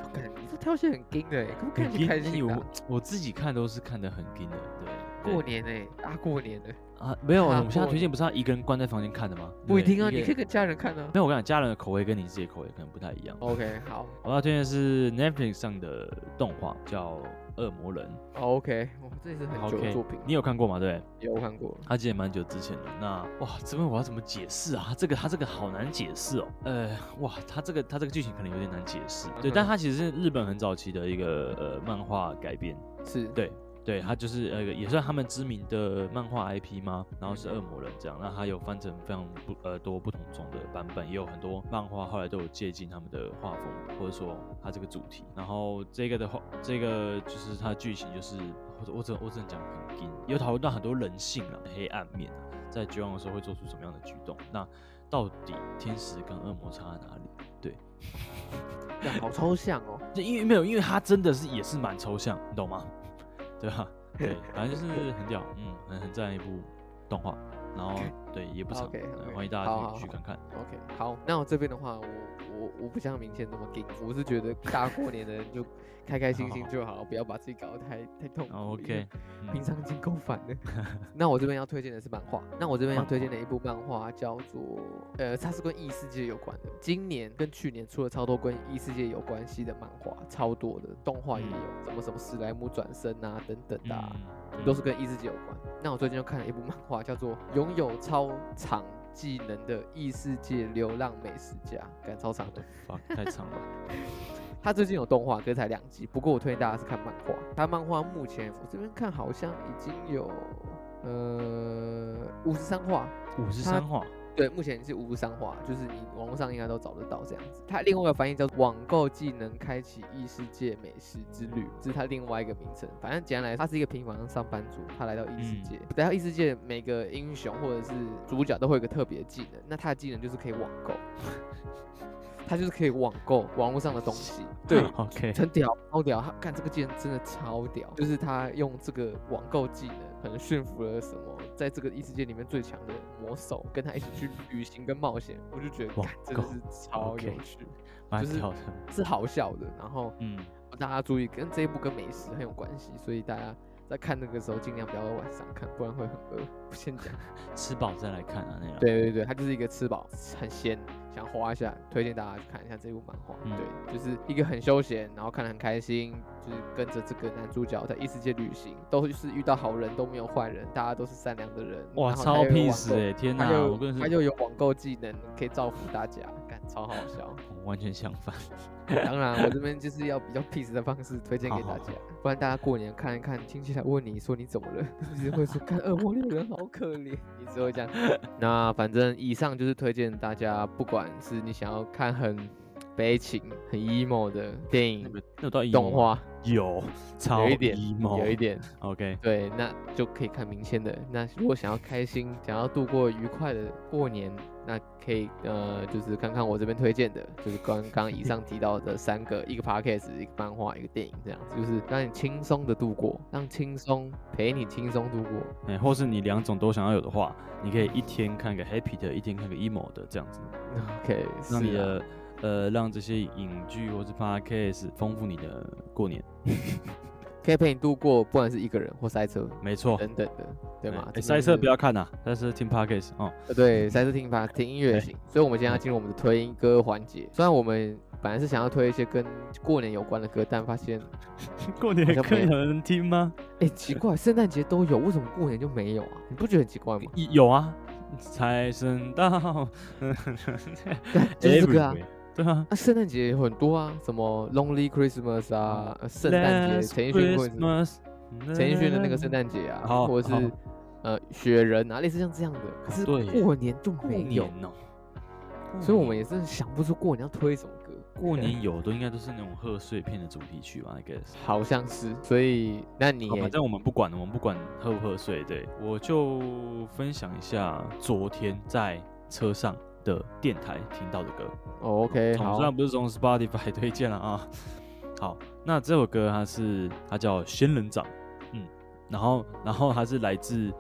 Speaker 2: 我感觉这挑戏很硬的欸，可不可以
Speaker 1: 很
Speaker 2: 去
Speaker 1: 硬
Speaker 2: 开心的啊、
Speaker 1: 我我自己看都是看的很硬的，对。
Speaker 2: 过
Speaker 1: 对
Speaker 2: 年哎、大过年哎、
Speaker 1: 啊，没有，
Speaker 2: 大
Speaker 1: 我们现在
Speaker 2: 过
Speaker 1: 推荐
Speaker 2: 年
Speaker 1: 不是要一个人关在房间看的吗？
Speaker 2: 不一
Speaker 1: 对
Speaker 2: 定啊，你
Speaker 1: 个
Speaker 2: 可以跟家人看啊
Speaker 1: 没。有，我跟你讲，家人的口味跟你自己的口味可能不太一样。
Speaker 2: OK，好
Speaker 1: 我要推荐的是 Netflix 上的动画，叫《恶魔人
Speaker 2: ，OK，哇，这也是很久的
Speaker 1: OK，
Speaker 2: 作品》，，啊
Speaker 1: 你有看过吗？对不对，
Speaker 2: 有我看过了。
Speaker 1: 它其实也蛮久之前的。那哇，这边我要怎么解释啊？这个它这个好难解释哦。呃，哇，它这个它这个剧情可能有点难解释。对，
Speaker 2: 嗯哼
Speaker 1: 但它其实是日本很早期的一个呃漫画改编。
Speaker 2: 是，
Speaker 1: 对对，它就是呃也算他们知名的漫画 IP 吗？然后是恶魔人这样，那它有翻成非常不呃多不同种的版本，也有很多漫画后来都有借鉴他们的画风，或者说它这个主题。然后这个的话，这个就是它的剧情就是我我真我真的讲很硬，有讨论到很多人性啊、黑暗面啊，在绝望的时候会做出什么样的举动？那到底天使跟恶魔差在哪里？
Speaker 2: 干好抽象哦。
Speaker 1: 就因为没有，因为它真的是也是蛮抽象，你懂吗？ <laughs> 对
Speaker 2: <laughs>
Speaker 1: 吧？对，反正就是很屌，嗯，很很赞一部动画，然后对也不长
Speaker 2: OK，OK，
Speaker 1: 对欢迎大
Speaker 2: 好
Speaker 1: 家
Speaker 2: 好
Speaker 1: 去去
Speaker 2: 好
Speaker 1: 看看。
Speaker 2: OK，好，那我这边的话，我我我不像明谦那么硬，我是觉得大过年的人就开开心心
Speaker 1: 好
Speaker 2: 就好，不要把自己搞得太太痛苦。
Speaker 1: 然后
Speaker 2: 因为
Speaker 1: OK，嗯
Speaker 2: 平常已经够烦了。
Speaker 1: <laughs>
Speaker 2: 那我这边要推荐的是漫画，那我这边要
Speaker 1: 漫
Speaker 2: 推荐
Speaker 1: 画
Speaker 2: 的一部漫画叫做呃，它是跟异世界有关的。今年跟去年出了超多跟异世界有关系的漫画，超多的动画也
Speaker 1: 嗯
Speaker 2: 有，什么什么史莱姆转身啊等等的啊、
Speaker 1: 嗯
Speaker 2: 都是跟异世界有关。那我最近就看了一部漫画，叫做《拥有超长技能的异世界流浪美食家》，感超长的。
Speaker 1: 哇太长了吧，
Speaker 2: 它最近有动画，可是才两集。不过我推荐大家是看漫画，它漫画目前我这边看好像已经有呃 <laughs> 五十三话，
Speaker 1: 五十
Speaker 2: 它
Speaker 1: 三话，
Speaker 2: 对，目前是无伤化，就是你网络上应该都找得到这样子。它另外一个翻译叫“网购技能开启异世界美食之旅”，这是它另外一个名称。反正简单来说，他是一个平凡上班族，他来到异世
Speaker 1: 嗯
Speaker 2: 界，来到异世界，每个英雄或者是主角都会有一个特别的技能，那他的技能就是可以网购， <laughs> 他就是可以网购网络上的东西。对，
Speaker 1: <laughs> ，OK，
Speaker 2: 很屌，超屌！他干这个技能真的超屌，就是他用这个网购技能，可能驯服了什么，在这个异世界里面最强的魔兽，跟他一起去旅行跟冒险，我就觉得
Speaker 1: 网
Speaker 2: 干真的
Speaker 1: 购
Speaker 2: 是超有
Speaker 1: OK
Speaker 2: 趣
Speaker 1: 蛮
Speaker 2: 就是
Speaker 1: 屌的，
Speaker 2: 是好笑的。然后
Speaker 1: 嗯，
Speaker 2: 大家注意，跟这一部跟美食很有关系，所以大家在看那个时候尽量不要在晚上看，不然会很饿。我先讲，
Speaker 1: 吃饱再来看啊那样。，
Speaker 2: 对对对，它就是一个吃饱很鲜，想花一下，推荐大家去看一下这部漫画。
Speaker 1: 嗯
Speaker 2: 对，就是一个很休闲，然后看得很开心，就是跟着这个男主角在异世界旅行，都是遇到好人，都没有坏人，大家都是善良的人。
Speaker 1: 哇，
Speaker 2: 然后
Speaker 1: 超
Speaker 2: 他又有网
Speaker 1: peace 哎，天
Speaker 2: 购
Speaker 1: 哪
Speaker 2: 他，又
Speaker 1: 我跟你
Speaker 2: 他
Speaker 1: 说，
Speaker 2: 又有网购技能，可以造福大家，感超好笑。
Speaker 1: 我完全相反。
Speaker 2: 当然，我这边就是要比较 peace 的方式推荐给
Speaker 1: 好好
Speaker 2: 大家，不然大家过年看一看，亲戚来问你说你怎么了， <laughs> 你只会说看恶魔猎人好可怜，你只会这样。那反正以上就是推荐大家，不管是你想要看很悲情、很 emo 的电
Speaker 1: 那
Speaker 2: 影
Speaker 1: 个那有到 emo
Speaker 2: 动
Speaker 1: 吗
Speaker 2: 画，
Speaker 1: 有超
Speaker 2: 有一点
Speaker 1: emo，
Speaker 2: 有一点
Speaker 1: OK，
Speaker 2: 对，那就可以看明天的。那如果想要开心，想要度过愉快的过年，那可以呃，就是看看我这边推荐的，就是刚刚以上提到的三个，一个 podcast，一个漫画，一个电影，这样子，就是让你轻松的度过，让轻松陪你轻松度过。
Speaker 1: 哎、或是你两种都想要有的话，你可以一天看个 happy 的，一天看个 emo 的，这样子， <laughs>
Speaker 2: OK，
Speaker 1: 让你
Speaker 2: 是啊
Speaker 1: 的、呃让这些影剧或是 podcast 丰富你的过年。
Speaker 2: 可以陪你度过，不管是一个人或塞车
Speaker 1: 没错，
Speaker 2: 等等的，呃对
Speaker 1: 哦哎
Speaker 2: 吗
Speaker 1: 哎？
Speaker 2: 这
Speaker 1: 塞
Speaker 2: 边
Speaker 1: 车
Speaker 2: 是
Speaker 1: 不要看呐、但是听 podcast 哦。
Speaker 2: 呃，对，赛事听吧，听音乐也
Speaker 1: 哎
Speaker 2: 行。所以，我们今天要进入我们的推歌环节。虽然我们本来是想要推一些跟过年有关的歌，但发现，
Speaker 1: 过年
Speaker 2: 好像
Speaker 1: 可以
Speaker 2: 没
Speaker 1: 有人听吗？
Speaker 2: 哎、奇怪，圣诞节都有，为什么过年就没有啊？你不觉得很奇怪
Speaker 1: <laughs>
Speaker 2: 吗？
Speaker 1: 一有啊，财神到，哎
Speaker 2: 对，就是这个啊。
Speaker 1: Everywhere，对啊，
Speaker 2: 啊，圣诞节有很多啊，什么 Lonely Christmas 啊，呃圣诞节
Speaker 1: 哦 Last
Speaker 2: 陈奕迅或者是
Speaker 1: Christmas，嗯
Speaker 2: 陈奕迅的那个圣诞节啊，
Speaker 1: 好
Speaker 2: 或者
Speaker 1: 好
Speaker 2: 是呃雪人啊，类似像这样的。可是
Speaker 1: 对耶
Speaker 2: 过年就
Speaker 1: 过
Speaker 2: 没有，
Speaker 1: 年哦、
Speaker 2: 所以我们
Speaker 1: 也
Speaker 2: 也真的想不出过年要推什么歌。
Speaker 1: 过年有的应该都是那种贺岁片的主题曲吧，I guess。
Speaker 2: <laughs> 好像是，所以那你
Speaker 1: 好，
Speaker 2: 也
Speaker 1: 哦反正我们不管，我们不管贺不贺岁，对我就分享一下昨天在车上的电台听到的歌。
Speaker 2: 哦 OK
Speaker 1: 我们
Speaker 2: 好
Speaker 1: 虽，然不是从 Spotify <laughs> 推荐了啊。好，那这首歌它是它叫《仙人掌》，嗯，然后然后它是来自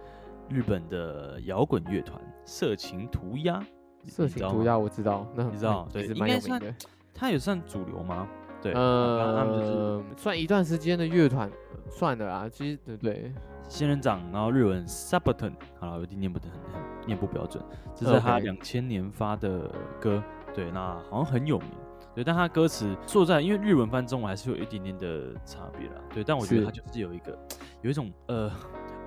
Speaker 1: 日本的摇滚乐团色情涂鸦，你
Speaker 2: 色
Speaker 1: 你知
Speaker 2: 情
Speaker 1: 道
Speaker 2: 涂
Speaker 1: 吗
Speaker 2: 鸦我知道，那很
Speaker 1: 你知道对
Speaker 2: 也是
Speaker 1: 应
Speaker 2: 蛮
Speaker 1: 该
Speaker 2: 有名
Speaker 1: 算
Speaker 2: 的。
Speaker 1: 它也算主流吗？对，然后他们就是
Speaker 2: 呃，算一段时间的乐团，呃算了啦，其实对对，
Speaker 1: 仙人掌，然后日文 Subaton，好了，有点念不得很很念不标准，这是他
Speaker 2: OK
Speaker 1: 两千年发的歌，对，那好像很有名，对，但他歌词说实在，因为日文翻中文还是有一点点的差别啦，对，但我觉得
Speaker 2: 是
Speaker 1: 他就是有一个有一种呃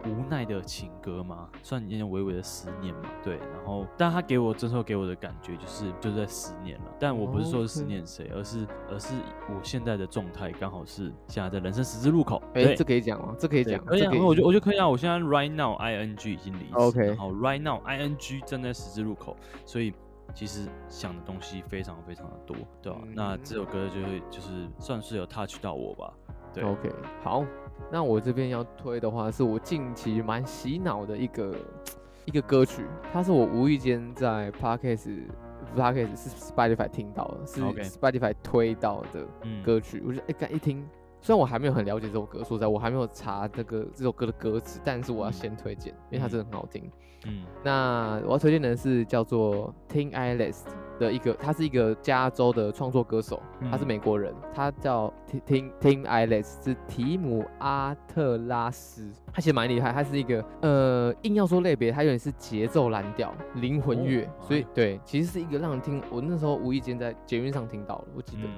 Speaker 1: 无奈的情歌嘛，算有点微微的思念嘛，对，然后但他给我这首给我的感觉就是就是在思念了，但我不是说是思
Speaker 2: 哦 OK
Speaker 1: 念谁，而是而是我现在的状态刚好是现在在人生十字路口，
Speaker 2: 哎，
Speaker 1: 对
Speaker 2: 这可以讲吗？这可以
Speaker 1: 对
Speaker 2: 讲，
Speaker 1: 可以
Speaker 2: 这
Speaker 1: 啊，
Speaker 2: 可以
Speaker 1: 我觉得我觉得
Speaker 2: 讲
Speaker 1: 可以啊。我现在 right now ing 已经离职
Speaker 2: OK
Speaker 1: 然后 right now ing 站在十字路口，所以其实想的东西非常非常的多，对吧、
Speaker 2: 嗯
Speaker 1: 那这首歌就会就是算是有 touch 到我吧，对
Speaker 2: OK 好，那我这边要推的话，是我近期蛮洗脑的一个一个歌曲，它是我无意间在 Podcast 不是 Podcast 是 Spotify 听到的，是
Speaker 1: OK
Speaker 2: Spotify 推到的。
Speaker 1: 嗯，
Speaker 2: 歌曲，我就哎，刚、一听，虽然我还没有很了解这首歌，说实在，我还没有查这个这首歌的歌词，但是我要
Speaker 1: 嗯
Speaker 2: 先推荐，因为它真的很好听。
Speaker 1: 嗯
Speaker 2: 那我要推荐的是叫做 Tin i l e s 的一个，他是一个加州的创作歌手，他是
Speaker 1: 嗯
Speaker 2: 美国人，他叫 Tin- Tin Tin i l e s 是提姆阿特拉斯，他其实蛮厉害，他是一个呃，硬要说类别，他有点是节奏蓝调、灵
Speaker 1: 哦
Speaker 2: 魂乐，所
Speaker 1: 哎
Speaker 2: 以
Speaker 1: 呦
Speaker 2: 对，其实是一个让人听，我那时候无意间在捷运上听到了，我记得。
Speaker 1: 嗯，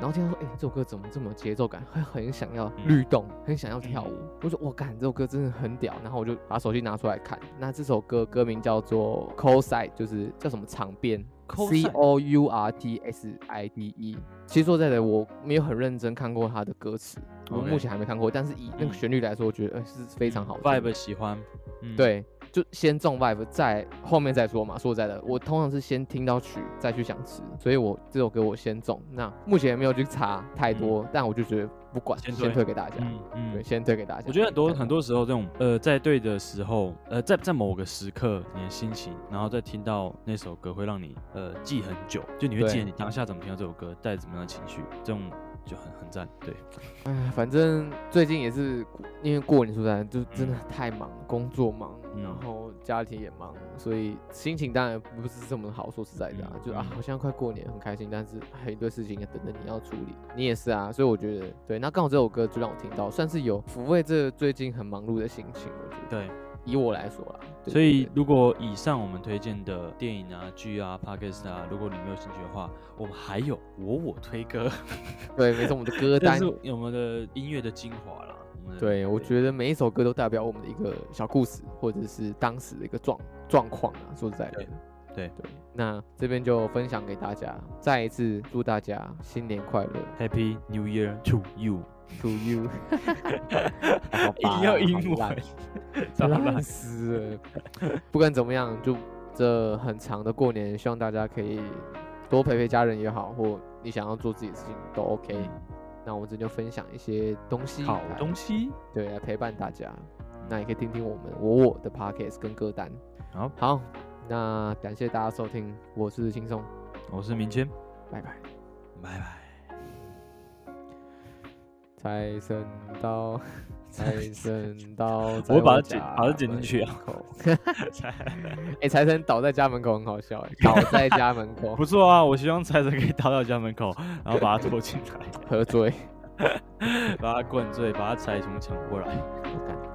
Speaker 2: 然后听到说，哎、这首歌怎么这么节奏感，会很想要
Speaker 1: 嗯
Speaker 2: 律动，很想要跳舞
Speaker 1: 嗯。
Speaker 2: 我就说，哇，干，这首歌真的很屌。然后我就把手机拿出来看，那这首歌歌名叫做 Courtside，就是叫什么场边
Speaker 1: Courtside
Speaker 2: C O U R T S I D E。其实说实在的，我没有很认真看过它的歌词，我
Speaker 1: OK
Speaker 2: 目前还没看过，但是以那
Speaker 1: 嗯
Speaker 2: 个旋律来说，我觉得、呃、是非常好听的
Speaker 1: vibe 喜欢，嗯，
Speaker 2: 对，就先中 vibe，再后面再说嘛。说实在的，我通常是先听到曲再去想词，所以我这首歌我先中。那目前也没有去查太多，但我就觉得不管，
Speaker 1: 嗯先推
Speaker 2: 先推给大家，
Speaker 1: 嗯嗯
Speaker 2: 对，。先推给大家。
Speaker 1: 我觉得很多
Speaker 2: 对啊
Speaker 1: 很多时候，这种呃，在对的时候，呃，在在某个时刻，你的心情，然后再听到那首歌，会让你呃记很久，就你会记
Speaker 2: 对
Speaker 1: 得你当下怎么听到这首歌，带着怎么样的情绪，这种就很很赞，对，
Speaker 2: 哎，反正最近也是因为过年出来，就真的太忙，工作忙，
Speaker 1: 嗯
Speaker 2: 然后家庭也忙，所以心情当然不是这么好。说实在的、啊
Speaker 1: 嗯，
Speaker 2: 就啊
Speaker 1: 嗯，
Speaker 2: 好像快过年，很开心，但是还有一堆事情等着你要处理。你也是啊，所以我觉得对。那刚好这首歌就让我听到，算是有抚慰这最近很忙碌的心情。我觉得
Speaker 1: 对，
Speaker 2: 以我来说啦，对
Speaker 1: 所
Speaker 2: 对
Speaker 1: 以
Speaker 2: 对
Speaker 1: 如果以上我们推荐的电影啊、剧啊、podcast 啊，如果你没有兴趣的话，我们还有我我推歌，
Speaker 2: 对，没错，我们的歌
Speaker 1: <laughs> 但
Speaker 2: 单
Speaker 1: 是。我们的音乐的精华啦，我们的
Speaker 2: 对，我觉得每一首歌都代表我们的一个小故事，或者是当时的一个状状况啊。说实在的，
Speaker 1: 对
Speaker 2: 对，那这边就分享给大家，再一次祝大家新年快乐
Speaker 1: Happy New Year to you，
Speaker 2: ，To you，好
Speaker 1: 一
Speaker 2: 吧
Speaker 1: 定要英
Speaker 2: 好
Speaker 1: 文
Speaker 2: 烂，
Speaker 1: <laughs> 糟了
Speaker 2: 烂死了。不管怎么样，就这很长的过年，希望大家可以多陪陪家人也好，或你想要做自己的事情都 OK。
Speaker 1: 嗯
Speaker 2: 那我们这就分享一些东西，
Speaker 1: 好东，西，
Speaker 2: 对，来陪伴大家。那也可以听听我们我我的 podcast 跟歌单。
Speaker 1: 好，
Speaker 2: 好，那感谢大家收听，我是轻松，
Speaker 1: 我是明谦，<laughs>
Speaker 2: 拜拜。
Speaker 1: 拜拜。
Speaker 2: 财神到，财神到，
Speaker 1: 我会把它
Speaker 2: 在
Speaker 1: 剪
Speaker 2: 家
Speaker 1: 把它剪进
Speaker 2: 门
Speaker 1: 去啊
Speaker 2: 口
Speaker 1: <laughs>
Speaker 2: 哎，财神倒在家门口很好笑哎，倒在家门口 <laughs>
Speaker 1: 不错啊，我希望财神可以打到家门口，然后把他拖进来， <laughs>
Speaker 2: 喝醉。
Speaker 1: 把他灌醉，把他财从抢过来。
Speaker 2: 我感觉